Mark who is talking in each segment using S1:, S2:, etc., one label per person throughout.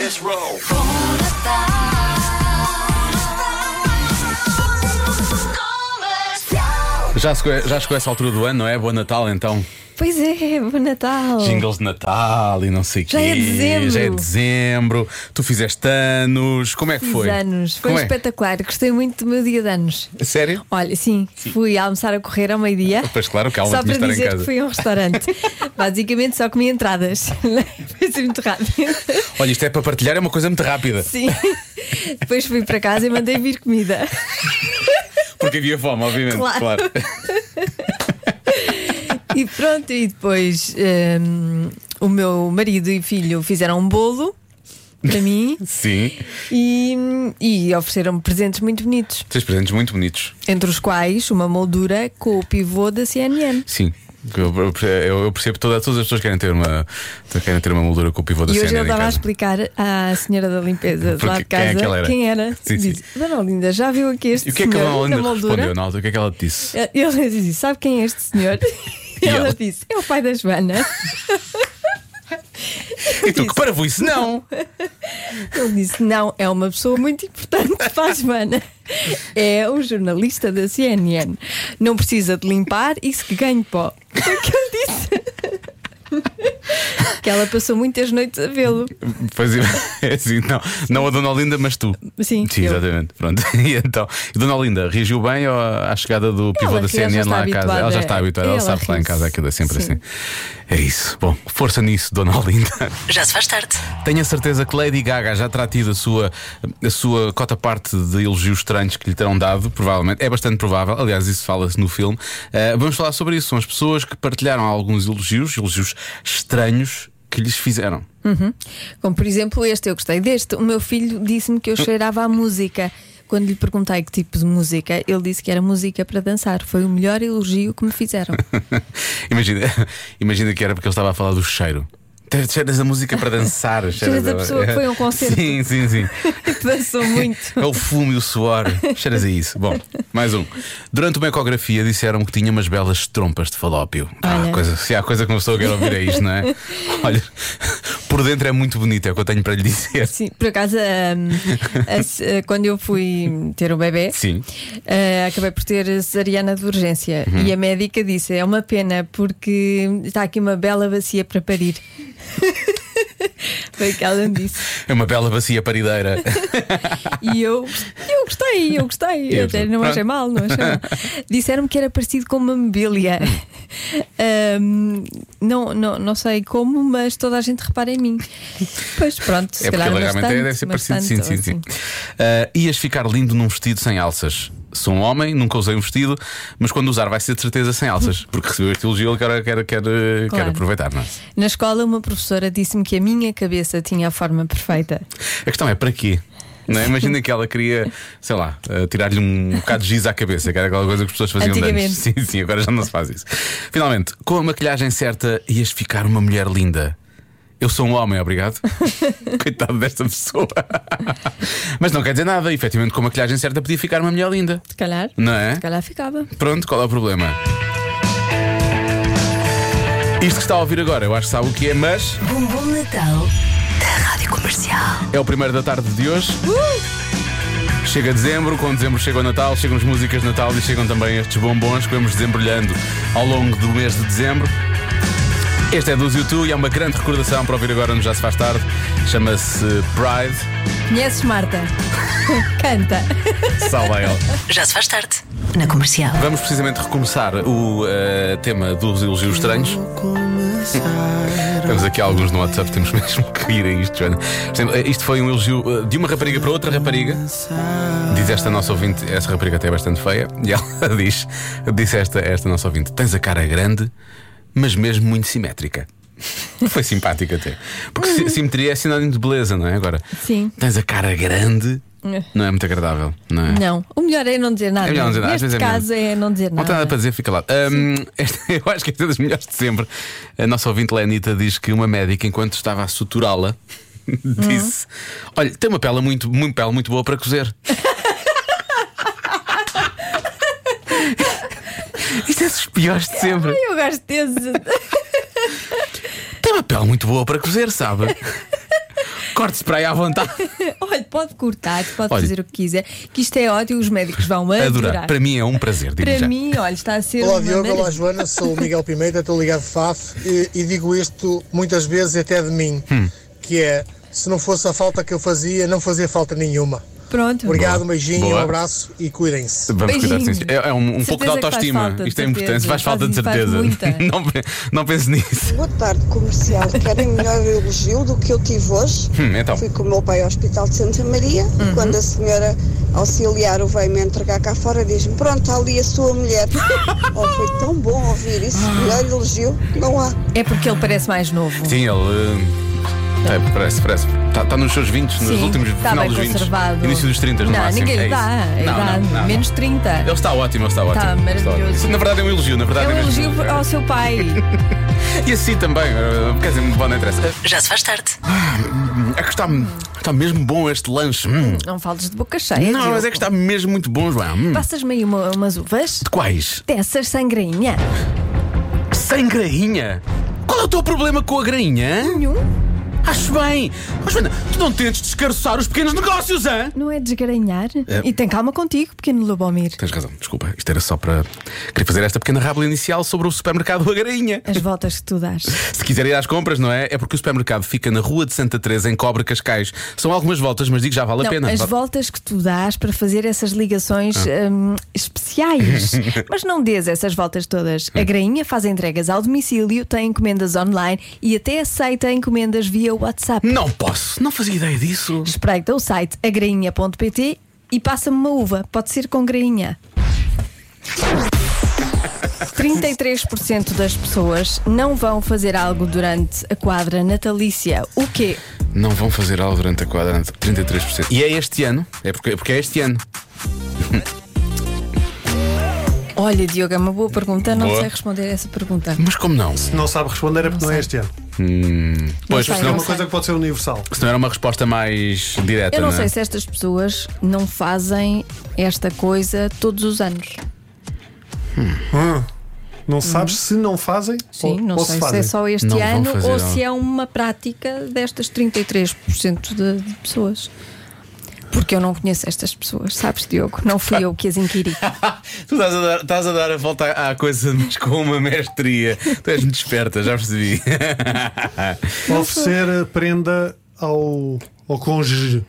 S1: Let's roll.
S2: Já chegou, já chegou essa altura do ano, não é? Boa Natal então.
S3: Pois é, bom Natal.
S2: Oh. Jingles de Natal e não sei o quê.
S3: Já é dezembro.
S2: Já é dezembro. Tu fizeste anos. Como é que
S3: Fiz
S2: foi?
S3: anos. Foi
S2: Como é?
S3: espetacular. Gostei muito do meu dia de anos.
S2: Sério?
S3: Olha, sim, fui almoçar a correr ao meio-dia.
S2: Pois claro, que a alma
S3: Só
S2: tinha
S3: para
S2: de estar em
S3: dizer
S2: casa.
S3: que fui a um restaurante. Basicamente só comi entradas. Foi assim muito rápido.
S2: Olha, isto é para partilhar, é uma coisa muito rápida.
S3: Sim. Depois fui para casa e mandei vir comida.
S2: Porque havia fome, obviamente.
S3: Claro. E pronto, e depois hum, o meu marido e filho fizeram um bolo para mim
S2: Sim.
S3: e, e ofereceram-me presentes muito bonitos.
S2: Tens presentes muito bonitos.
S3: Entre os quais uma moldura com o pivô da CNN.
S2: Sim. Eu, eu- eu percebo toda, todas as pessoas querem ter uma querem ter uma moldura com o pivô da
S3: E hoje
S2: CNN
S3: ele
S2: em
S3: estava a
S2: casa.
S3: explicar à senhora da limpeza de lá
S2: Porque
S3: de casa
S2: quem é que ela era? Sim, sim.
S3: Disse, Dona Olinda, já viu aqui este
S2: E o que é que
S3: senhor
S2: ela
S3: da
S2: ainda
S3: moldura?
S2: respondeu na altura? O que é que ela te disse?
S3: E- Ele disse, sabe quem é este senhor? E ela
S2: ela?
S3: disse, é o pai da Joana.
S2: E tu, que paravo isso? Não!
S3: Ele disse, não, é uma pessoa muito importante para a Joana. É um jornalista da CNN. Não precisa de limpar e se que ganhe pó. Foi o que ele disse. Que ela passou muitas noites a vê-lo.
S2: Fazia é assim, não, não a Dona Olinda, mas tu.
S3: Sim, eu.
S2: exatamente. Pronto. E então, e Dona Olinda reagiu bem ou à chegada do pivô
S3: Ela
S2: da
S3: que ela já
S2: CNN lá
S3: está
S2: em casa? Ela já está
S3: habituada.
S2: habituada, ela,
S3: Ela
S2: sabe que lá em
S3: ri-se.
S2: casa aquilo é sempre
S3: Sim.
S2: assim. É isso. Bom, força nisso, Dona Olinda.
S4: Já se faz tarde.
S2: Tenho a certeza que Lady Gaga já terá tido a sua, a sua cota parte de elogios estranhos que lhe terão dado, provavelmente. É bastante provável, aliás, isso fala-se no filme. Uh, vamos falar sobre isso. São as pessoas que partilharam alguns elogios, elogios estranhos que lhes fizeram.
S3: Uhum. Como por exemplo este, eu gostei deste. O meu filho disse-me que eu cheirava à música. Quando lhe perguntei que tipo de música, ele disse que era música para dançar. Foi o melhor elogio que me fizeram.
S2: imagina, imagina que era porque ele estava a falar do cheiro. Te- Cheiras a música para dançar.
S3: Cheiras a pessoa que foi a um concerto.
S2: Sim, sim, sim.
S3: Dançou muito.
S2: É o fumo e o suor. Cheiras a isso. Bom, mais um. Durante uma ecografia disseram que tinha umas belas trompas de falópio. Ah,
S3: Olha.
S2: coisa, se há coisa que uma pessoa quer ouvir é isto, não é? Olha, por dentro é muito bonito, é o que eu tenho para lhe dizer.
S3: Sim, por acaso, hum, a se- quando eu fui ter o bebê,
S2: Sim.
S3: eh, acabei por ter cesariana de urgência. E a médica disse: é uma pena, porque está aqui uma bela bacia para parir. Foi o que ela me disse.
S2: É uma bela bacia parideira.
S3: E eu, eu gostei, eu gostei.
S2: Eu
S3: Até
S2: também.
S3: não achei mal, não achei mal. Disseram-me que era parecido com uma mobília.
S2: Hum.
S3: Ahm, não, não, não sei como, mas toda a gente repara em mim. Pois pronto, se
S2: é porque
S3: calhar
S2: ele realmente
S3: bastante,
S2: é, deve ser parecido. Sim,
S3: bastante,
S2: sim,
S3: ou
S2: sim.
S3: assim.
S2: Ah, ias ficar lindo num vestido sem alças. Sou um homem, nunca usei um vestido, mas quando usar vai ser de certeza sem alças, porque recebeu este elogio, ele quer, quer, quer, quer
S3: Claro.
S2: aproveitar, não é?
S3: Na escola, uma professora disse-me que a minha cabeça tinha a forma perfeita.
S2: A questão é para quê? Não é? Imagina que ela queria, sei lá, eh, tirar-lhe um bocado de giz à cabeça, que era aquela coisa que as pessoas faziam
S3: Antigamente.
S2: antes. Sim, sim, agora já não se faz isso. Finalmente, com a maquilhagem certa, ias ficar uma mulher linda. Eu sou um homem, obrigado. Coitado desta pessoa. Mas não quer dizer nada, efetivamente, com a maquilhagem certa podia ficar uma mulher linda.
S3: Se calhar,
S2: Não é?
S3: se calhar ficava.
S2: Pronto, qual é o problema? Isto que está a ouvir agora, eu acho que sabe o que é, mas
S4: Bumbum Natal da Rádio Comercial.
S2: é o primeiro da tarde de hoje. Chega dezembro, com dezembro chega o Natal, chegam as músicas de Natal e chegam também estes bombons que vamos desembrulhando ao longo do mês de dezembro. Este é dos YouTube e é uma grande recordação para ouvir agora no Já Se Faz Tarde. Chama-se Pride.
S3: Conheces Marta? Canta.
S2: Salva ela.
S4: Já se faz tarde. Na comercial.
S2: Vamos precisamente recomeçar o eh, tema dos elogios estranhos. Temos aqui alguns no WhatsApp, temos mesmo que ir a isto, Joana. Por exemplo, eh, Isto foi um elogio eh, de uma rapariga para outra rapariga. Diz esta nossa ouvinte, essa rapariga até é bastante feia, e ela diz: disse esta, esta nossa ouvinte, tens a cara grande, mas mesmo muito simétrica. Foi simpática até. Porque si- simetria é sinónimo de beleza, não é? Agora,
S3: Sim.
S2: tens a cara grande, não é muito agradável, não é?
S3: Não, o melhor é não dizer nada.
S2: É melhor não dizer nada, às
S3: Neste
S2: vezes é
S3: caso é não dizer
S2: Não tem nada
S3: nada.
S2: para dizer, fica lá. Ahm, esta- eu acho que esta é das melhores de sempre. A nossa ouvinte Lenita diz que uma médica, enquanto estava a suturá-la,
S3: Hum.
S2: disse: Olha, tem uma pele muito, muito, pele muito boa para cozer. Isto é dos piores de sempre.
S3: Eu gosto desse.
S2: Tem uma pele muito boa para cozer, sabe? Corte-se para aí à vontade.
S3: Olha, pode cortar, pode
S2: Olha.
S3: fazer o que quiser, que isto é ótimo, os médicos vão adorar.
S2: Adorar. Para mim é um prazer, digo
S3: Para
S2: já.
S3: mim, olha, está a ser.
S1: Olá
S3: uma
S1: Diogo, olá
S3: maravilha.
S1: Joana, sou o Miguel Pimenta, estou ligado FAF e, e digo isto muitas vezes e até de mim,
S5: Hum.
S1: que é, se não fosse a falta que eu fazia, não fazia falta nenhuma.
S3: Pronto.
S1: Obrigado, um beijinho,
S2: Boa.
S1: um abraço e cuidem-se.
S2: Vamos cuidar, sim.
S3: Beijinho.
S2: senhor. É, é um, um pouco de
S3: Certeza que faz
S2: autoestima.
S3: falta,
S2: Isto é
S3: de
S2: importante.
S3: certeza.
S2: Faz falta de
S3: Faz- faz
S2: certeza.
S3: muita.
S2: Não, pe- não pense nisso.
S6: Boa tarde, comercial. Querem melhor elogio do que eu tive hoje?
S2: Hum, então.
S6: Fui com o meu pai ao Hospital de Santa Maria e quando a senhora auxiliar o veio-me entregar cá fora, diz-me: Pronto, está ali a sua mulher. oh, foi tão bom ouvir isso. Melhor elogio não há.
S3: É porque ele parece mais novo.
S2: Sim, ele. eh, é, parece, parece. Está nos seus 20, nos
S3: Sim,
S2: últimos
S3: está
S2: final
S3: bem
S2: dos 20.
S3: conservado.
S2: Início dos 30, no
S3: Não,
S2: máximo.
S3: ninguém
S2: é
S3: lhe
S2: isso.
S3: dá a
S2: Não, não,
S3: idade,
S2: não, não.
S3: menos 30.
S2: Ele está ótimo, ele está ótimo. Ele está
S3: maravilhoso.
S2: ótimo. Na verdade é um elogio, na verdade
S3: É
S2: é,
S3: um
S2: mesmo.
S3: elogio ao seu pai.
S2: E assim também, eh, quer dizer, muito bom, não interessa.
S4: Já se faz tarde.
S2: É que está, está mesmo bom este lanche. Hum.
S3: Não fales de boca cheia.
S2: Não, mas é que está mesmo muito bom, João. Hum.
S3: Passas-me aí uma- umas uvas?
S2: Quais?
S3: Dessas sem grainha?
S2: Sem grainha? Qual é o teu problema com a grainha? hã?
S3: Nenhum.
S2: Acho bem. Mas, Joana, tu não tentes descarçar os pequenos negócios, hã?
S3: Não é desgranhar? E tem calma contigo, pequeno Lobomir.
S2: Tens razão, desculpa. Isto era só para. Queria fazer esta pequena rábula inicial sobre o supermercado A Grainha.
S3: As voltas que tu dás.
S2: Se quiser ir às compras, não é? É porque o supermercado fica na Rua de Santa Teresa, em Cobre Cascais. São algumas voltas, mas digo já vale a
S3: Não,
S2: pena. Ah.
S3: as
S2: Vale-
S3: voltas que tu dás para fazer essas ligações hum, especiais. Mas não dês essas voltas todas.
S2: Hum.
S3: A Grainha faz entregas ao domicílio, tem encomendas online e até aceita encomendas via WhatsApp.
S2: Não posso, não fazia ideia disso.
S3: Espreita o site agrainha.pt e passa-me uma uva. Pode ser com grainha. 33% das pessoas não vão fazer algo durante a quadra natalícia. O quê?
S2: Não vão fazer algo durante a quadrante. 33%. E é este ano? É porque, porque é este ano.
S3: Olha, Diogo, é uma boa pergunta. Não
S2: Boa.
S3: sei responder essa pergunta.
S2: Mas como não?
S5: Não sabe responder é porque não, é este ano.
S2: Pois,
S3: sei,
S2: senão,
S5: É
S3: não
S5: uma
S3: sei.
S5: coisa que pode ser universal.
S2: senão era uma resposta mais direta.
S3: Eu não
S2: não é?
S3: sei se estas pessoas não fazem esta coisa todos os anos.
S5: Não sabes se não fazem
S3: Uhum. Sim,
S5: ou,
S3: não
S5: ou
S3: sei
S5: se
S3: se
S5: fazem.
S3: é só este
S2: Não vão
S3: ano
S2: fazer
S3: ou
S2: algo.
S3: se é uma prática destas 33% de, de pessoas. Porque eu não conheço estas pessoas, sabes, Diogo? Não fui eu que as inquiri.
S2: tu estás a, dar, estás a dar a volta à coisa, mas com uma mestria. Tu és muito esperta, já percebi.
S5: Oferecer a prenda ao, ao cônjuge,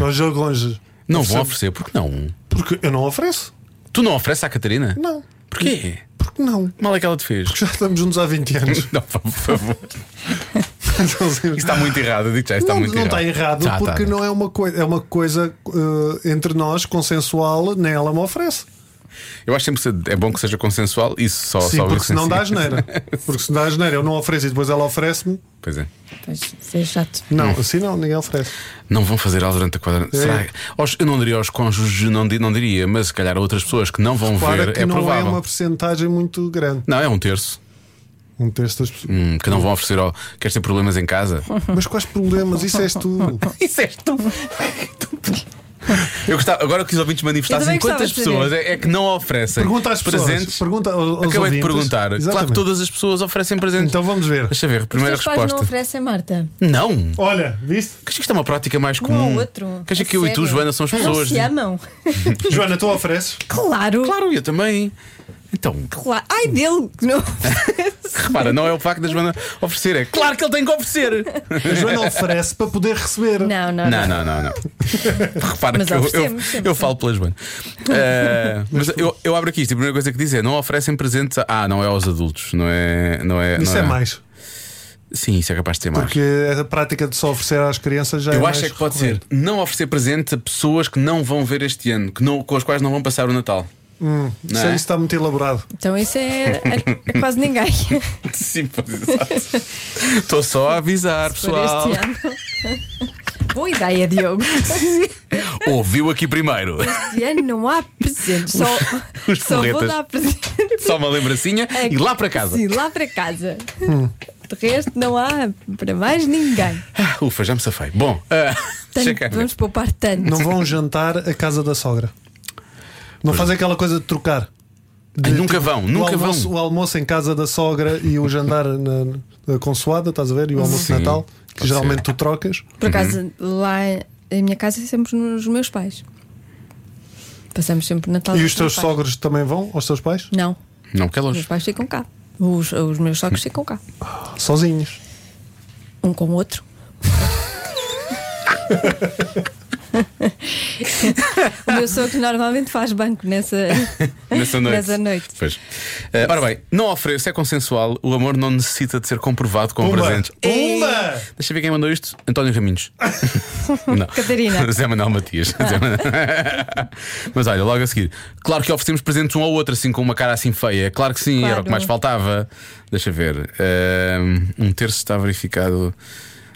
S5: ao jogo cônjuge.
S2: é Não vão oferecer, porque não?
S5: Porque eu não ofereço.
S2: Tu não ofereces à Catarina?
S5: Não.
S2: Porquê?
S5: Porque não.
S2: Que Mal é que ela te fez?
S5: Já estamos juntos há 20 anos.
S2: Não, por favor.
S5: Então, assim,
S2: Isso está muito errado, eu digo já, isso está
S5: não,
S2: muito
S5: não
S2: errado.
S5: está errado
S2: Tá, tá,
S5: porque
S2: tá.
S5: não é uma coisa, é uma coisa eh, entre nós consensual, nem ela me oferece.
S2: Eu acho sempre que é bom que seja consensual, isso só
S5: Sim,
S2: só
S5: porque
S2: isso
S5: senão
S2: assim.
S5: dá asneira. Porque se dá asneira, eu não ofereço e depois ela oferece-me.
S2: Pois é.
S3: Pois, isso é chato.
S5: Não,
S2: Hum.
S5: assim não, ninguém oferece.
S2: Não vão fazer algo durante a quadra.
S5: É.
S2: Será? Aos- Eu não diria aos cônjuges, não, di- não diria, mas se calhar a outras pessoas que não vão
S5: Claro
S2: ver,
S5: que
S2: é
S5: não
S2: provável.
S5: é uma porcentagem muito grande.
S2: Não, é um terço.
S5: Um terço das pessoas.
S2: Hum, que não vão oferecer ao. Queres ter problemas em casa?
S5: Mas quais problemas? Isso és tu.
S3: é
S2: Isso és tu. Eu gostava, agora que os ouvintes manifestassem
S3: Eu também
S2: quantas
S3: gostava de
S2: pessoas é, é que não oferecem
S5: Pergunta às pessoas.
S2: presentes.
S5: Pergunta ao- aos
S2: Acabei de
S5: ouvintes.
S2: perguntar. Claro que
S5: Exatamente.
S2: todas as pessoas oferecem presentes.
S5: Então vamos ver.
S2: Deixa ver, primeira
S3: Os teus pais não
S2: é resposta.
S3: oferecem, Marta?
S2: Não.
S5: Olha, viste?
S2: Acho que isto é uma prática mais
S3: Um
S2: comum.
S3: ao outro.
S2: Quer dizer
S3: A
S2: que eu e tu,
S3: sério?
S2: Joana, são as pessoas.
S3: Não se amam.
S5: Joana, tu ofereces?
S3: Claro.
S2: Claro, eu também. Então,
S3: Claro. Ai, dele! que Não.
S2: repara, não é o facto da Joana oferecer, é claro que ele tem que oferecer.
S5: A Joana oferece para poder receber.
S3: não, não.
S2: Não, não, não, não. Repara
S3: Mas
S2: que eu, eu,
S3: oferecemos sempre.
S2: eu falo pela Joana. Eh, mas eu, eu abro aqui isto e a primeira coisa que diz é: não oferecem presentes. a- Ah, não é aos adultos, não é. Não é
S5: Isso
S2: não
S5: é mais.
S2: Sim, isso é capaz de ser mais.
S5: Porque a prática de só oferecer às crianças já é
S2: Eu
S5: mais
S2: acho é que pode
S5: recorrente.
S2: ser não oferecer presente a pessoas que não vão ver este ano, que não, com as quais não vão passar o Natal.
S5: Hum, Isso,
S2: Não é?
S5: isso está muito elaborado.
S3: Então isso é, é- é quase ninguém.
S2: Sim, pois, exato. Estou só a avisar,
S3: Por
S2: pessoal.
S3: este ano. Boa ideia, Diogo.
S2: Ouviu aqui primeiro.
S3: Este ano não há presentes. Só,
S2: os
S3: só vou
S2: porretas.
S3: dar presentes.
S2: Só uma lembrancinha
S3: É
S2: e lá para casa. Hum.
S3: Sim, lá para casa. De resto, não há para mais ninguém.
S2: Ah, ufa, já me safei. Bom, ah,
S3: Tanto-
S2: deixa cá ver.
S3: vamos poupar tanto.
S5: Não vão jantar à casa da sogra. Não fazem aquela coisa de trocar.
S2: Ai, nunca
S5: tipo,
S2: vão, nunca
S5: o almoço,
S2: vão.
S5: O almoço em casa da sogra e o jantar na, na consoada, estás a ver? E o almoço de
S2: Sim,
S5: Natal, que
S2: pode
S5: geralmente
S2: ser.
S5: tu trocas.
S3: Por acaso,
S2: Uhum.
S3: lá em minha casa, é sempre nos meus pais. Passamos sempre Natal.
S5: E
S3: com
S5: os teus
S3: meus pais.
S5: sogros também vão aos teus pais?
S3: Não,
S2: Não, que é
S3: os meus
S2: longe.
S3: pais ficam cá. Os, os meus sogros ficam cá.
S5: Sozinhos.
S3: Um com o outro. o meu sogro normalmente faz banco nessa.
S2: Nessa noite.
S3: Nessa noite.
S2: Pois. Eh, ora bem, não ofereço, é consensual. O amor não necessita de ser comprovado com
S5: Pumba!
S2: presentes.
S5: Pumba!
S2: Deixa eu ver quem mandou isto. António Raminhos. não.
S3: Catarina. Ah.
S2: Zé Manuel Matias. Zé Manuel- Mas olha, logo a seguir. Claro que oferecemos presentes um ao outro, assim, com uma cara assim feia. Claro que sim, era o que
S3: Claro.
S2: mais faltava. Deixa ver. Ahm, Um terço está verificado.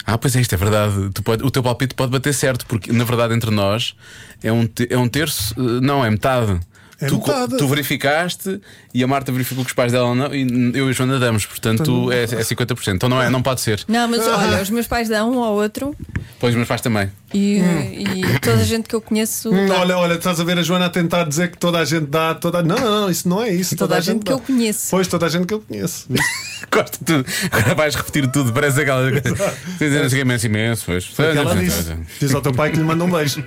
S2: Ah, pois é, isto é verdade. Tu pode- o teu palpite pode bater certo, porque na verdade entre nós é um, te- é um terço, eh, não, é metade.
S5: É
S2: tu,
S5: metade.
S2: tu verificaste e a Marta verificou que os pais dela não, e eu e a Joana damos, portanto é, é 50%. Então não é, não pode ser.
S3: Não, mas olha, os meus pais dão um ao outro
S2: Pois, mas faz também.
S3: e,
S2: Hum.
S3: e toda a gente que eu conheço.
S5: Hum,
S3: dá.
S5: Olha, olha, estás a ver a Joana a tentar dizer que toda a gente dá, toda Não, não, não, isso não é isso.
S3: Toda a gente que
S5: dá.
S3: eu conheço.
S5: Pois, toda a gente que eu conheço. viste?
S2: Gosto de tudo. Agora vais repetir tudo, parece aquela. Sim, sim, não sei o que, imenso, imenso. Pois.
S5: Foi o que ela disse. Diz ao teu pai que lhe manda um beijo.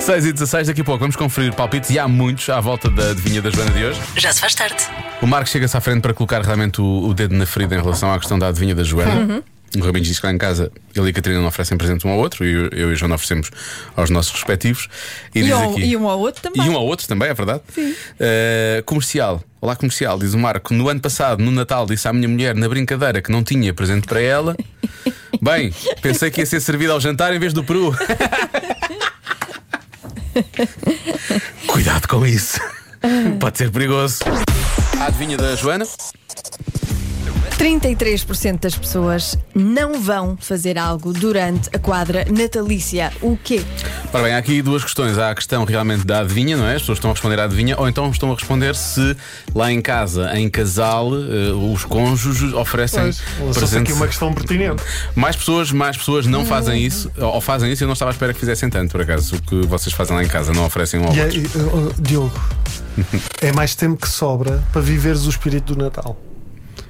S2: 6 e 16, daqui a pouco vamos conferir palpites e há muitos à volta da adivinha da Joana de hoje.
S4: Já se faz tarde.
S2: O Marco chega-se à frente para colocar realmente o, o dedo na ferida em relação à questão da adivinha da Joana. O Rabinho diz que lá em casa ele e a Catarina não oferecem presentes um ao outro, e eu, eu e a Joana oferecemos aos nossos respectivos. E,
S3: E,
S2: diz
S3: ao-
S2: aqui-
S3: e um ao outro também.
S2: E um ao outro também, é verdade? Sim. comercial. Olá, comercial, diz o Marco. No ano passado, no Natal, disse à minha mulher na brincadeira que não tinha presente para ela. Bem, pensei que ia ser servido ao jantar em vez do Peru. Cuidado com isso. Pode ser perigoso. A adivinha da Joana?
S3: 33% das pessoas não vão fazer algo durante a quadra natalícia. O quê?
S2: Ora bem, há aqui duas questões. Há a questão realmente da adivinha, não é? As pessoas estão a responder à adivinha, ou então estão a responder se lá em casa, em casal, eh, os cônjuges oferecem
S5: Pois, lançou-se aqui
S2: presentes.
S5: uma questão pertinente.
S2: Mais pessoas, mais pessoas não
S3: Hum.
S2: fazem isso, ou ou fazem isso, eu não estava à espera que fizessem tanto, por acaso. O que vocês fazem lá em casa, não oferecem um ao
S5: E
S2: outro.
S5: aí, oh, oh, Diogo, é mais tempo que sobra para viveres o espírito do Natal.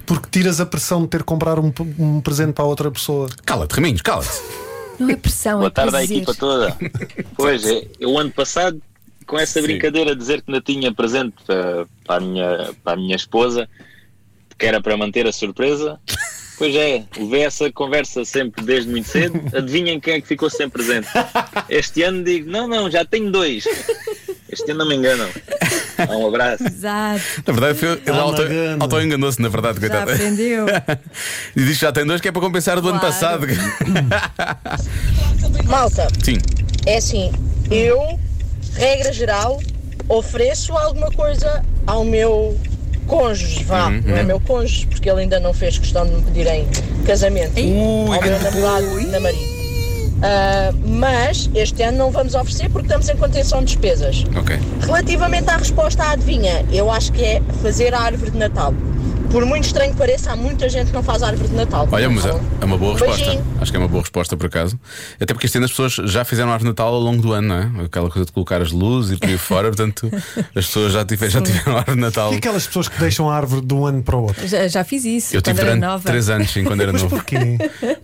S5: Porque tiras a pressão de ter que comprar um, um presente para outra pessoa.
S2: Cala-te, Raminhos, cala-te.
S3: Não é pressão,
S7: Boa
S3: é
S7: tarde à
S3: prazer.
S7: equipa toda. Pois é, eu ano passado, com essa
S2: Sim.
S7: brincadeira, dizer que não tinha presente para, para a minha, para a minha esposa, que era para manter a surpresa. Pois é, levei essa conversa sempre desde muito cedo. Adivinhem quem é que ficou sem presente. Este ano digo, não, não, já tenho dois. Este ano não me enganam. Dá Um abraço.
S3: Exato,
S2: Na verdade, foi, ele
S5: Calma,
S2: auto-
S5: Gana.
S2: auto-enganou-se, na verdade,
S3: já
S2: coitado.
S3: aprendeu.
S2: E diz que já tem dois, que é para compensar do ano
S3: Claro.
S2: passado.
S8: Malta,
S2: Sim.
S8: é assim, eu, regra geral, ofereço alguma coisa ao meu cônjuge, vá, não é meu cônjuge, porque ele ainda não fez questão de me pedir em casamento, ao meu namorado, na marido. Ah, mas este ano não vamos oferecer porque estamos em contenção de despesas.
S2: Ok.
S8: Relativamente à resposta à adivinha, eu acho que é fazer a árvore de Natal. Por muito estranho que pareça, há muita gente que não faz árvore de Natal.
S2: Olha, mas é, é uma boa resposta.
S8: Beijinho.
S2: Acho que é uma boa resposta, por acaso. Até porque este ano as pessoas já fizeram árvore de Natal ao longo do ano, não é? Aquela coisa de colocar as luzes e por aí fora, portanto, as pessoas já tiveram, já tiveram árvore de Natal.
S5: E aquelas pessoas que é deixam a árvore de um ano para o outro.
S3: Já, já fiz isso
S2: Eu
S3: quando
S2: tive
S3: era
S2: durante
S3: nova.
S2: 3 anos, sim, quando era
S5: Mas
S2: novo.
S5: porquê?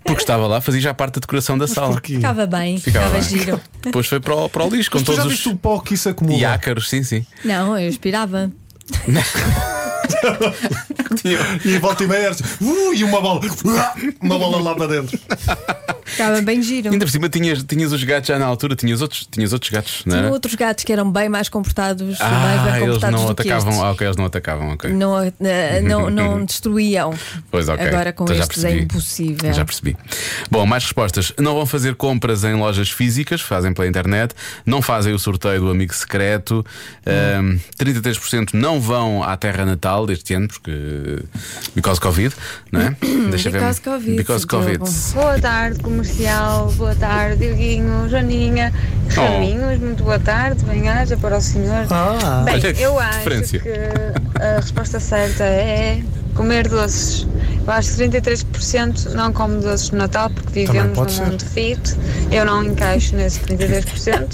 S2: Porque estava lá, fazia já parte da decoração da sala.
S5: Porquê?
S3: Ficava bem,
S2: Ficava
S3: ficava,
S2: bem.
S3: giro.
S2: Depois foi para o, para o lixo, com
S5: Mas tu já
S2: todos
S5: viste
S2: os.
S5: o pó que isso acumula?
S2: E ácaros, sim, sim.
S3: Não, eu inspirava.
S5: E volta e meia, uh, e uma bola, uma bola lá para dentro.
S3: Ficava bem giro.
S2: Ainda por cima tinhas, tinhas os gatos já na altura, tinhas outros, tinhas outros gatos, não
S3: Tinha
S2: era?
S3: outros gatos que eram bem mais comportados, mais
S2: né? Ah,
S3: bem
S2: eles
S3: comportados
S2: não
S3: do que
S2: atacavam.
S3: estes.
S2: Ah, ok, eles não atacavam, ok.
S3: Não, eh, não, não destruíam.
S2: Pois ok.
S3: Agora com
S2: Então já
S3: estes é
S2: percebi.
S3: impossível.
S2: Já percebi. Bom, mais respostas. Não vão fazer compras em lojas físicas, fazem pela internet. Não fazem o sorteio do amigo secreto. Ahm, 33% não vão à Terra Natal deste ano, porque. Because Covid, não é? Deixa
S3: Because Covid,
S2: Because Covid.
S3: Diogo.
S9: Boa tarde, comercial. Boa tarde, Dioguinho, Joaninha,
S2: Oh.
S9: Raminhos. Muito boa tarde. Bem-aja para o senhor.
S5: Ah,
S9: Bem,
S2: Olha que
S9: eu acho
S2: referência.
S9: que a resposta certa é comer doces. Eu acho que 33% não come doces de Natal porque vivemos num
S5: pode ser.
S9: mundo fit. Eu não encaixo nesse 33%,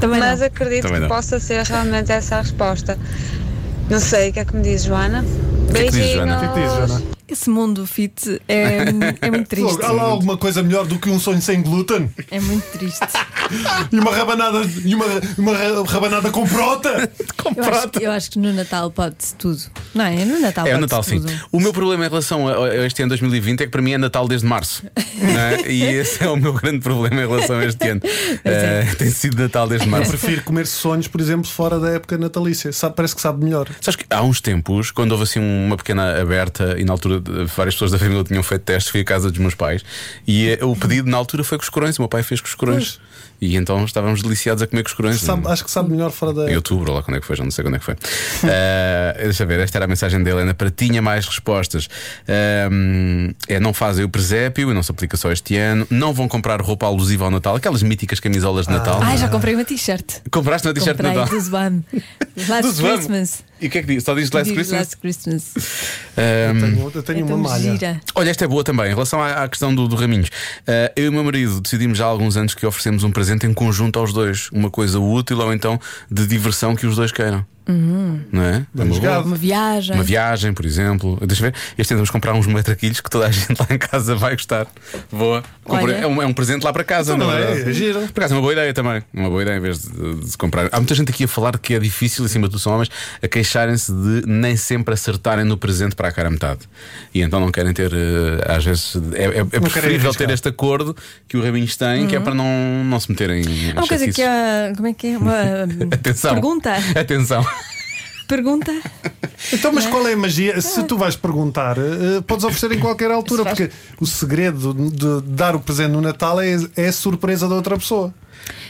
S3: Também não.
S9: mas acredito
S2: Também
S9: que
S2: não.
S9: possa ser realmente essa a resposta. Não sei, o que é que me diz, Joana?
S2: que é que diz, Joana? O que
S5: O que é que diz, Joana?
S3: Esse mundo fit é, é muito triste.
S5: Fogo, Há lá alguma coisa melhor do que um sonho sem glúten?
S3: É muito triste.
S5: E uma rabanada, e uma, uma ra- rabanada com prota?
S3: Eu acho, que- é. eu acho que no Natal pode-se tudo. Não é? No Natal
S2: É o
S3: pode-se
S2: Natal, sim.
S3: tudo.
S2: O meu problema em relação a, a este ano 2020 é que para mim é Natal desde março. não é? E esse é o meu grande problema em relação a este ano. Eh, tem sido Natal desde
S5: é. Eu
S2: março.
S5: prefiro comer sonhos, por exemplo, fora da época natalícia. Sabe- parece que sabe melhor.
S2: Sabes que há uns tempos, quando houve assim uma pequena aberta e na altura de- várias pessoas da família tinham feito testes, fui à casa dos meus pais e eh, o pedido na altura foi com os corões, o meu pai fez com os corões. E então estávamos deliciados a comer com os corões.
S5: Sabe- acho que sabe melhor fora da.
S2: Em outubro, ou lá quando é que foi, já não sei quando é que foi. Ah, deixa eu ver, esta era a mensagem da Helena para tinha mais respostas. Ahm, é não fazem o presépio e não se aplica só este ano. Não vão comprar roupa alusiva ao Natal, aquelas míticas camisolas de Natal.
S3: Ah. Ai, já comprei uma t-shirt.
S2: Compraste na t-shirt de
S3: Comprei
S2: Natal?
S3: do Zbam. Last
S2: Do Zwam.
S3: Christmas.
S2: E o que é que diz? Só diz Last
S3: Diz
S2: Christmas?
S3: Last Christmas.
S5: Eu
S2: Ahm,
S5: tenho, eu tenho
S3: Então
S5: uma malha.
S3: gira.
S2: Olha, esta é boa também, em relação à, à questão do, do Raminhos. Ah, eu e o meu marido decidimos já há alguns anos que oferecemos um presente em conjunto aos dois. Uma coisa útil ou então de diversão que os dois queiram.
S3: Uhum.
S2: Não é? É uma boa.
S5: Jogado.
S3: Uma viagem.
S2: Uma viagem, por exemplo. Deixa eu ver. Este ano vamos comprar uns metraquilhos que toda a gente lá em casa vai gostar. Boa. Comprei-
S3: Olha.
S2: É, um, é um presente lá para casa,
S5: Então
S2: não
S5: não é?
S2: verdade?
S5: É giro.
S2: Por acaso é uma boa ideia também. Uma boa ideia em vez de, de comprar. Há muita gente aqui a falar que é difícil, acima de tudo, são homens, a queixarem-se de nem sempre acertarem no presente para a cara a metade. E então não querem ter, eh, às vezes, é, é- é preferível
S5: arriscar.
S2: ter este acordo que o Rabinhos tem, que é para não, não se meterem em
S3: Uhum. Há uma coisa que
S2: chatices.
S3: a. Como é que é? Uma.
S2: Atenção.
S3: Pergunta.
S2: Atenção.
S3: Pergunta.
S5: Então, mas qual é a magia? Se tu vais perguntar, eh, podes oferecer em qualquer altura, porque o segredo de dar o presente no Natal é, é a surpresa da outra pessoa.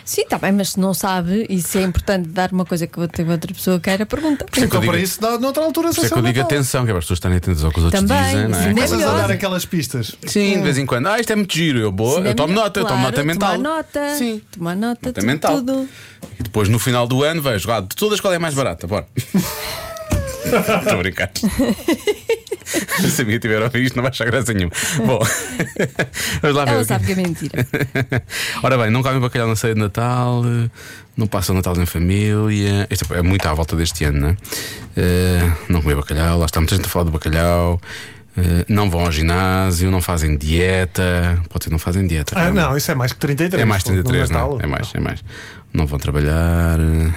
S3: Sim, está bem, mas se não sabe e se é importante dar uma coisa que outra outra pessoa queira, pergunta.
S2: é que eu
S5: Então,
S2: digo-
S5: para isso, dá, noutra altura,
S2: Por isso é que eu digo atenção, que é para as pessoas estarem atentas ao que os outros
S3: Também,
S2: dizem, não
S3: sim,
S2: é?
S3: mesmo.
S5: Começas a
S3: Melhor.
S5: dar aquelas pistas.
S2: Sim, de vez em quando. Ah, isto é muito giro. Eu, boa, eu tomo nota, eu tomo
S3: Claro,
S2: nota mental.
S3: Tomar nota.
S2: Sim.
S3: Tomar nota.
S2: Nota
S3: de
S2: mental.
S3: Tudo.
S2: E depois no final do ano vejo, ah, de todas qual é a mais barata? Bora. Estou a brincar. Se a minha tiver a ouvir isto, não vai achar graça nenhuma. Bom, vamos lá ver.
S3: Ela
S2: o que-
S3: sabe que é mentira.
S2: Ora bem, não comem bacalhau na ceia de Natal, eh, não passam Natal em família. Isto é muito à volta deste ano, não é? Eh, não comer bacalhau, lá está muita gente a falar do bacalhau. eh, não vão ao ginásio, não fazem dieta. Pode ser, não fazem dieta.
S5: Ah,
S2: realmente.
S5: não, isso é mais que 33.
S2: É mais
S5: pô, no
S2: 33, não?
S5: Natal.
S2: é? É mais, é mais. Não vão trabalhar. eh,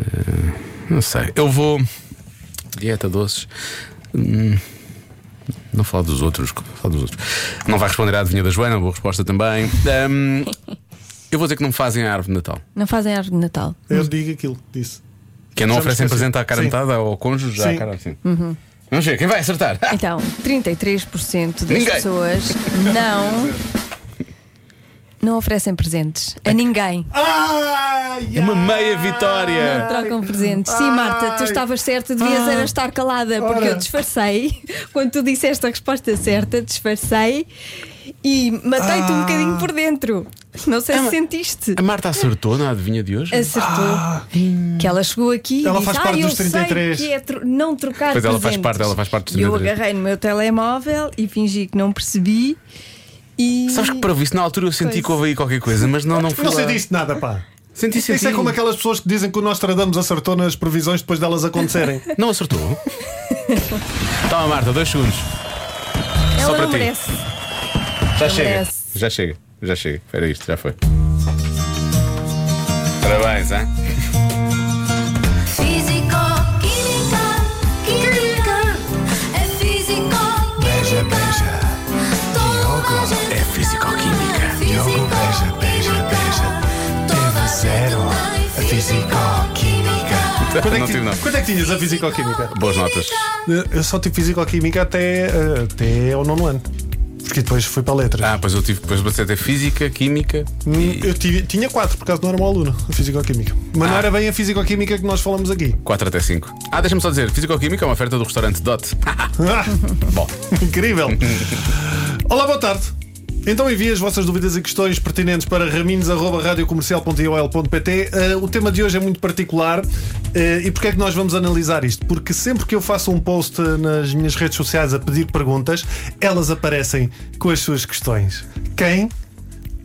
S2: eh, não sei. Eu vou. Dieta doces. Hum, não falar dos outros. Falar dos outros. Não vai responder à adivinha da Joana, boa resposta também. Ahm, eu vou dizer que não fazem a árvore de Natal.
S3: Não fazem árvore de Natal.
S5: Eu digo aquilo, disse.
S2: Que é não
S5: Já me
S2: oferecem
S5: esqueci.
S2: presente à cara
S5: Sim.
S2: metade ou ao cônjuge já à
S5: Sim.
S2: cara assim. Vamos ver, quem vai acertar?
S3: Então, 33% das
S2: Ninguém.
S3: pessoas não. Não oferecem presentes a ninguém.
S5: Ai,
S2: É Uma meia vitória!
S3: Trocam presentes. Sim, Marta, tu estavas certa, devias
S2: Ah.
S3: era estar calada, porque
S5: Ora.
S3: eu disfarcei. Quando tu disseste a resposta certa, disfarcei e matei-te um bocadinho por dentro. Não sei se sentiste.
S2: Ah. A Ah. Marta acertou na adivinha de hoje?
S3: Acertou. Que ela chegou aqui
S5: Ela
S3: e disse,
S5: faz parte
S3: ah,
S5: dos
S3: eu sei
S5: 33.
S3: que é tro- não trocar
S2: Pois ela faz
S3: presentes."
S2: parte, ela faz parte dos
S3: E eu
S2: 33.
S3: agarrei no meu telemóvel e fingi que não percebi. E...
S2: Sabes que para isso na altura eu senti que houve aí qualquer coisa, mas não, não foi.
S5: Não
S2: lá.
S5: sei disso nada, pá.
S2: Senti, senti.
S5: Isso é como aquelas pessoas que dizem que o Nostradamus acertou nas previsões depois delas acontecerem.
S2: Não acertou? Toma, Marta, dois segundos.
S3: Ela
S2: Só para
S3: não
S2: ti.
S3: merece.
S2: Já chega.
S3: merece.
S2: Já chega, já chega. Espera isto, já foi. Parabéns, hein?
S4: Físico, química, química. É físico,
S10: Beija, beija.
S4: Toda a
S10: Diogo.
S4: gente
S2: É fisicoquímica.
S4: ama
S10: Diogo, beija, beija, beija.
S4: Toda a
S10: Teve zero É
S4: gente tá tem
S10: a fisicoquímica.
S5: Quando é,
S2: não
S5: que,
S2: tive nada.
S5: quando é que tinhas a fisicoquímica?
S2: Boas notas.
S5: Eu só tive fisicoquímica até, eh, até ao nono ano. Porque depois fui para letras.
S2: Ah, pois eu tive depois bastante é física, química.
S5: Hum,
S2: E... Ah.
S5: Eu tive- tinha quatro, por causa não era mau aluno, a fisicoquímica. Mas não era bem a fisicoquímica que nós falamos aqui.
S2: 4 até 5. Ah, deixa-me só dizer, Físico-Química é uma oferta do restaurante Dot.
S5: Ah,
S2: Bom,
S5: Incrível! Olá, boa tarde. Então envie as vossas dúvidas e questões pertinentes para raminhos.radiocomercial.iol.pt Eh, O tema de hoje é muito particular eh, e porque é que nós vamos analisar isto? Porque sempre que eu faço um post eh, nas minhas redes sociais a pedir perguntas, elas aparecem com as suas questões. Quem?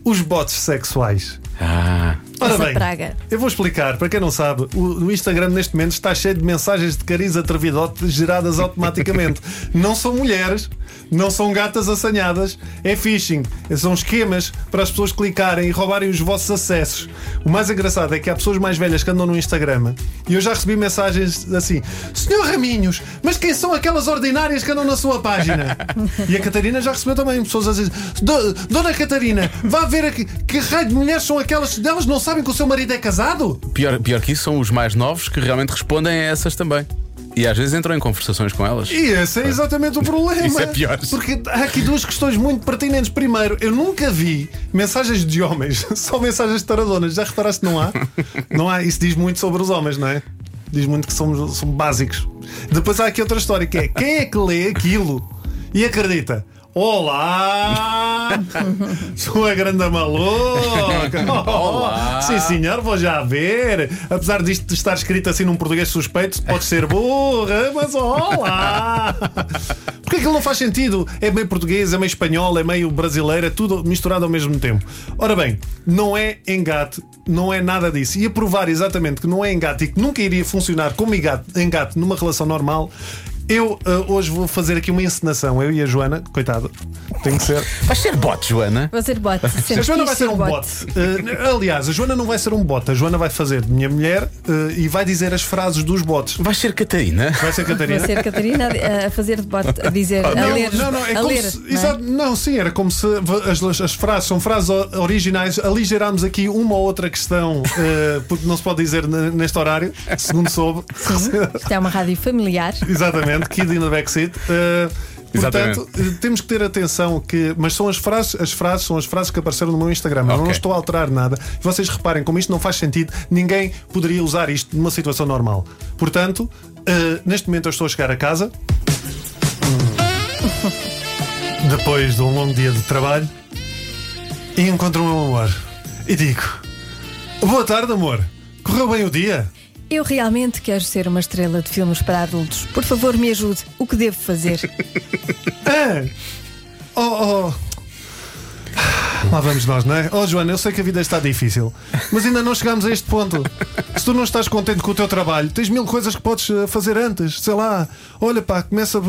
S5: Os bots sexuais.
S2: Ah,
S5: Ora
S3: Essa
S5: bem,
S3: praga.
S5: eu vou explicar. Para quem não sabe, o, o Instagram neste momento está cheio de mensagens de cariz atrevidote geradas automaticamente. não são mulheres, não são gatas assanhadas, é phishing. São esquemas para as pessoas clicarem e roubarem os vossos acessos. O mais engraçado é que há pessoas mais velhas que andam no Instagram e eu já recebi mensagens assim: Senhor Raminhos, mas quem são aquelas ordinárias que andam na sua página? e a Catarina já recebeu também pessoas a dizer: "Do- Dona Catarina, vá ver aqui, que raio de mulheres são aquelas? Elas não sabem que o seu marido é casado?
S2: pior, pior que isso, são os mais novos que realmente respondem a essas também. E às vezes entram em conversações com elas.
S5: E esse é exatamente o problema.
S2: Isso é pior.
S5: Porque há aqui duas questões muito pertinentes. Primeiro, eu nunca vi mensagens de homens, só mensagens de taradonas. Já reparaste que não há? Não há. Isso diz muito sobre os homens, não é? Diz muito que somos, somos básicos. Depois há aqui outra história que é: quem é que lê aquilo e acredita? Olá! Sou a grande maluca!
S2: Olá.
S5: Sim, senhor, vou já ver. Apesar disto de estar escrito assim num português suspeito, pode ser burra, mas olá! Porque aquilo não faz sentido. É meio português, é meio espanhol, é meio brasileiro, é tudo misturado ao mesmo tempo. Ora bem, não é engate, não é nada disso. E a provar exatamente que não é engate e que nunca iria funcionar como engate, engate numa relação normal. Eu ah, hoje vou fazer aqui uma encenação, eu e a Joana, coitada, tem que ser.
S2: Vais ser bot, Joana?
S3: Vou ser bote.
S5: A
S3: sempre
S5: Joana
S3: quis
S5: vai ser um bot. Eh, aliás, a Joana não vai ser um bot. A Joana vai fazer de minha mulher eh, e vai dizer as frases dos bots.
S2: Vais ser Catarina?
S5: Vai ser
S3: Vou
S5: Catarina.
S3: ser Catarina a- a fazer de bote, a dizer, a
S5: Não,
S3: ler.
S5: não, não, é
S3: a
S5: como
S3: ler,
S5: se-
S3: não é?
S5: exato, não, sim, era como se v- as, as frases são frases o- originais. Aligerámos aqui uma ou outra questão, eh, porque não se pode dizer n- neste horário, segundo soube.
S3: Isto é uma rádio familiar.
S5: Exatamente, Kid in the Backseat. Eh,
S2: Exatamente.
S5: portanto, eh, temos que ter atenção que. Mas são as frases, as frases, são as frases que apareceram no meu Instagram. Eu não
S2: Ok.
S5: estou a alterar nada. Vocês reparem, como isto não faz sentido, ninguém poderia usar isto numa situação normal. Portanto, eh, neste momento eu estou a chegar a casa. Hum. Depois de um longo dia de trabalho. E encontro o meu amor. E digo: Boa tarde, amor. Correu bem o dia?
S3: Eu realmente quero ser uma estrela de filmes para adultos. Por favor, me ajude. O que devo fazer?
S5: É. Oh, oh. Lá vamos nós, não é? Oh, Joana, eu sei que a vida está difícil, mas ainda não chegámos a este ponto. Se tu não estás contente com o teu trabalho, tens mil coisas que podes eh, fazer antes. Sei lá, olha pá, começa eh,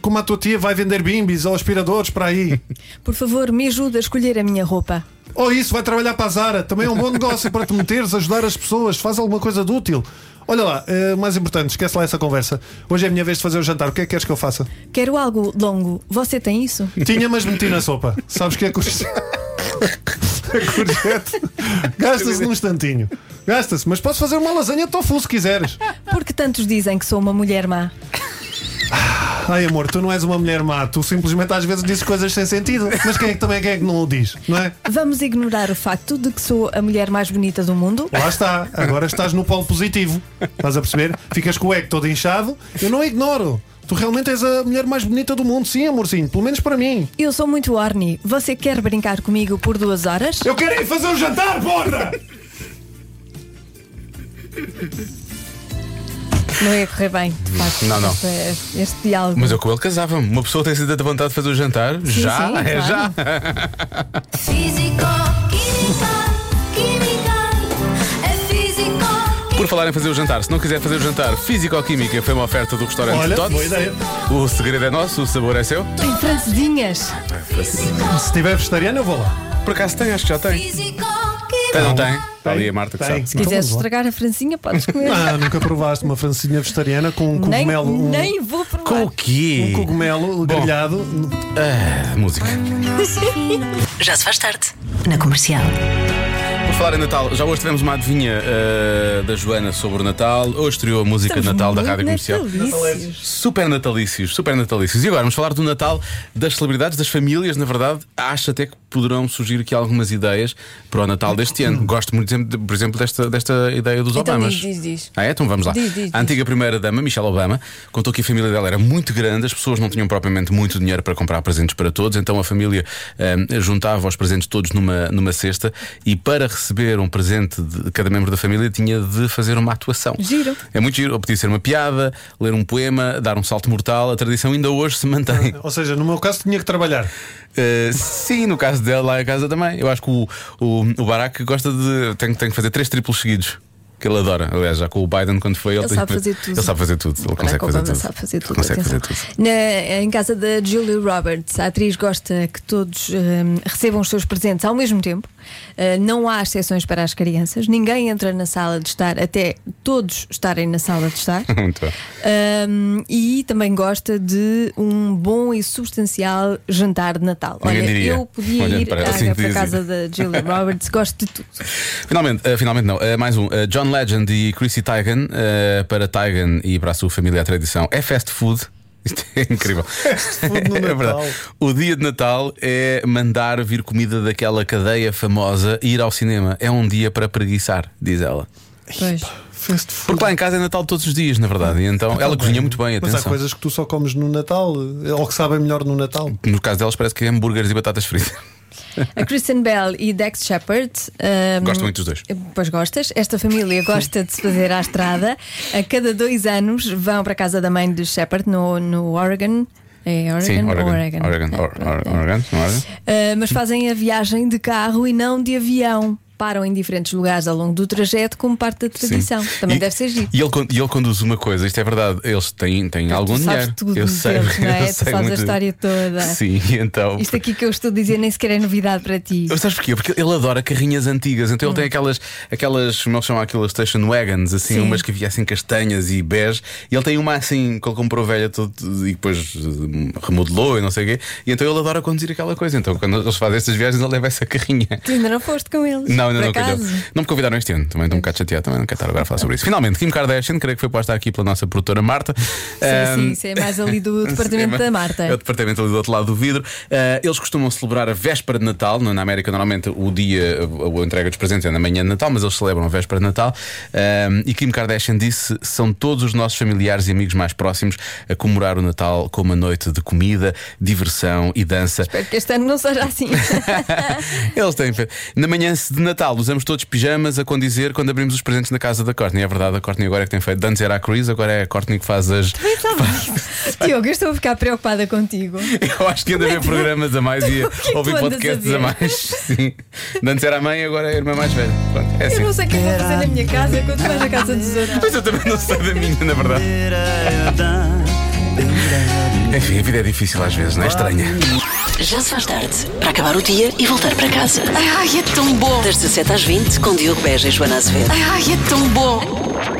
S5: como a tua tia vai vender bimbis ou aspiradores para aí.
S3: Por favor, me ajude a escolher a minha roupa.
S5: Ou isso, vai trabalhar para a Zara. Também é um bom negócio para te meteres, ajudar as pessoas. Faz alguma coisa de útil. Olha lá, eh, mais importante, esquece lá essa conversa. Hoje é a minha vez de fazer o jantar. O que é que queres que eu faça?
S3: Quero algo longo. Você tem isso?
S5: Tinha, mas meti na sopa. Sabes que é courgette? A courgette gasta-se num instantinho. Gasta-se, mas posso fazer uma lasanha de tofu se quiseres.
S3: Porque tantos dizem que sou uma mulher má.
S5: Ai amor, tu não és uma mulher má, tu simplesmente às vezes dizes coisas sem sentido. Mas quem é que também quem é que não o diz, não é?
S3: Vamos ignorar o facto de que sou a mulher mais bonita do mundo?
S5: Lá está, agora estás no polo positivo. Estás a perceber? Ficas com o ego todo inchado. Eu não ignoro. Tu realmente és a mulher mais bonita do mundo, sim, amorzinho, pelo menos para mim.
S3: Eu sou muito horny. Você quer brincar comigo por duas horas?
S5: Eu quero ir fazer um jantar, porra!
S3: Não ia correr bem, de facto.
S2: Não, não.
S3: Este, este diálogo.
S2: Mas eu com ele casava-me. Uma pessoa tem sido da vontade de fazer o jantar? já?
S3: sim,
S2: é
S3: claro.
S2: já?
S4: Físico, química, química, é físico,
S2: Por falar em fazer o jantar, se não quiser fazer o jantar, Físico-Química foi uma oferta do restaurante
S5: Olha,
S2: Tots.
S5: boa ideia.
S2: O segredo é nosso, o sabor é seu.
S3: Tem francesinhas.
S5: Então Se estiver vegetariano, eu vou lá.
S2: Por acaso tem, acho que já tem.
S4: físico,
S2: Tem,
S4: química.
S2: não tem? Está ali a Marta que
S5: Tem.
S2: sabe.
S3: Se quiseres
S5: Então,
S3: estragar a francinha, podes comer.
S5: Ah, nunca provaste uma francinha vegetariana com um
S3: nem,
S5: cogumelo. um-
S3: nem vou
S2: Com
S3: provar.
S2: o quê?
S5: Um cogumelo grelhado.
S2: Ah, música.
S11: Já se faz tarde. Na comercial.
S2: Por falar em Natal, já hoje tivemos uma adivinha ah, da Joana sobre o Natal. Hoje estreou a música de Natal da
S3: Muito
S2: Rádio Comercial.
S3: natalícios.
S2: Super natalícios, super natalícios. E agora vamos falar do Natal das celebridades, das famílias, na verdade. Acho até que poderão surgir aqui algumas ideias para o Natal deste ano. Gosto muito, de- por exemplo, desta, desta ideia dos
S12: Então
S2: Obamas.
S12: diz, diz, diz.
S2: Ah, é? Então vamos lá.
S12: Diz, diz,
S2: a antiga primeira-dama, Michelle Obama, contou que a família dela era muito grande, as pessoas não tinham propriamente muito dinheiro para comprar presentes para todos, então a família ahm, juntava os presentes todos numa, numa cesta e para receber um presente de cada membro da família tinha de fazer uma atuação.
S12: Giro.
S2: É muito giro. Ou podia ser uma piada, ler um poema, dar um salto mortal. A tradição ainda hoje se mantém. Eh,
S5: Ou seja, no meu caso tinha que trabalhar.
S2: sim, no caso dela, lá em casa também. Eu acho que o, o, o Barack gosta de. Tem, tem que fazer três triplos seguidos. Que ele adora. Aliás, já com o Biden, quando foi, ele,
S3: Ele
S2: tem-
S3: sabe fazer tudo.
S2: Ele sabe fazer tudo. Ele consegue fazer
S3: Obama
S2: tudo.
S3: sabe fazer tudo,
S2: Consegue
S3: atenção.
S2: fazer tudo.
S3: Na- em casa da Julia Roberts, a atriz gosta que todos hum, recebam os seus presentes ao mesmo tempo. Uh, não há exceções para as crianças. Ninguém entra na sala de estar até todos estarem na sala de estar.
S2: Muito bem.
S3: Hum, e também gosta de um bom e substancial jantar de Natal.
S2: Ninguém
S3: Olha,
S2: diria.
S3: eu podia
S2: Olhando
S3: ir
S2: para ela,
S3: à-
S2: sim,
S3: para a
S2: dizia.
S3: casa da Julia Roberts, gosto de tudo.
S2: Finalmente, eh, finalmente não, Eh, mais um. Eh, John Legend e Chrissy Teigen. eh, para Teigen e para a sua família, a tradição é fast food. Isto é incrível.
S5: food no
S2: É verdade.
S5: Natal.
S2: o dia de Natal é mandar vir comida daquela cadeia famosa e ir ao cinema. É um dia para preguiçar, diz ela. Porque lá em casa é Natal todos os dias, na verdade. E então ela cozinha muito bem,
S5: Mas há
S2: atenção.
S5: coisas que tu só comes no Natal, ou que sabem melhor no Natal.
S2: No caso delas, parece que é hambúrgueres e batatas fritas.
S3: A Kristen Bell e Dex Shepard. hum,
S2: Gosto muito dos dois.
S3: Pois gostas. Esta família gosta de se fazer à estrada. A cada dois anos vão para a casa da mãe de Shepard no, no Oregon. É Oregon?
S2: Sim, Oregon.
S3: Oregon.
S2: Oregon. Or- Or- Oregon, não é?
S3: Uh, mas fazem a viagem de carro e não de avião. Param em diferentes lugares ao longo do trajeto como parte da tradição.
S2: Sim.
S3: Também
S2: E-
S3: deve ser giro.
S2: E ele, con- e ele conduz uma coisa, isto é verdade, eles têm, têm algum
S3: tu sabes
S2: dinheiro.
S3: tudo
S2: eu
S3: deles,
S2: sei,
S3: não é?
S2: eu
S3: Tu
S2: sei
S3: sabes a
S2: muito.
S3: história toda.
S2: Sim, e então.
S3: Isto é aqui que eu estou a dizer nem sequer é novidade para ti.
S2: Eu Sabes porquê? Porque ele adora carrinhas antigas, então ele tem aquelas, aquelas, como é eles chamam aquelas station wagons, assim,
S3: Hum. Sim.
S2: umas que havia assim castanhas e bege, e ele tem uma assim que ele comprou velha tudo, e depois hum, remodelou e não sei o quê, e então ele adora conduzir aquela coisa. Então quando eles fazem estas viagens, ele leva essa carrinha.
S3: Tu ainda não foste com eles.
S2: Não,
S3: por
S2: ainda não
S3: acaso?
S2: calhou. Não me convidaram este ano, também estou um bocado chateado, também não quero estar agora a falar sobre isso. Finalmente, Kim Kardashian, creio que foi posta aqui pela nossa produtora Marta.
S3: Sim, sim,
S2: Ahm,
S3: isso é mais ali do departamento da Marta.
S2: É o departamento ali do outro lado do vidro. Ah, eles costumam celebrar a véspera de Natal. Na na América, normalmente, o dia, a, a entrega dos presentes é na manhã de Natal, mas eles celebram a véspera de Natal. Ahm, e Kim Kardashian disse: são todos os nossos familiares e amigos mais próximos a comemorar o Natal com uma noite de comida, diversão e dança.
S3: Espero que este ano não seja assim.
S2: Eles têm. fe- Na manhã de Natal usamos todos pijamas a condizer quando abrimos os presentes na casa da Courtney. É verdade, a Courtney agora é que tem feito. Antes era a Cruz, agora é a Courtney que faz as.
S3: é Tiago, eu estou a ficar preocupada contigo.
S2: Eu acho que ainda vê programas a mais e
S3: é O que é que
S2: ouvir
S3: tu andas a
S2: podcasts a,
S3: ver?
S2: mais. Sim. Antes era a mãe, agora é a irmã mais velha. Pronto, é assim.
S3: Eu não sei o que é que vou fazer na minha casa quando vais à casa dos outros.
S2: Mas eu também não sei da minha, na verdade. Enfim, a vida é difícil às vezes, não é estranha?
S11: Já se faz tarde para acabar o dia e voltar para casa. Ai, é tão bom! Das 17 às 20, com Diogo Beja e Joana Azevedo. Ai, é tão bom!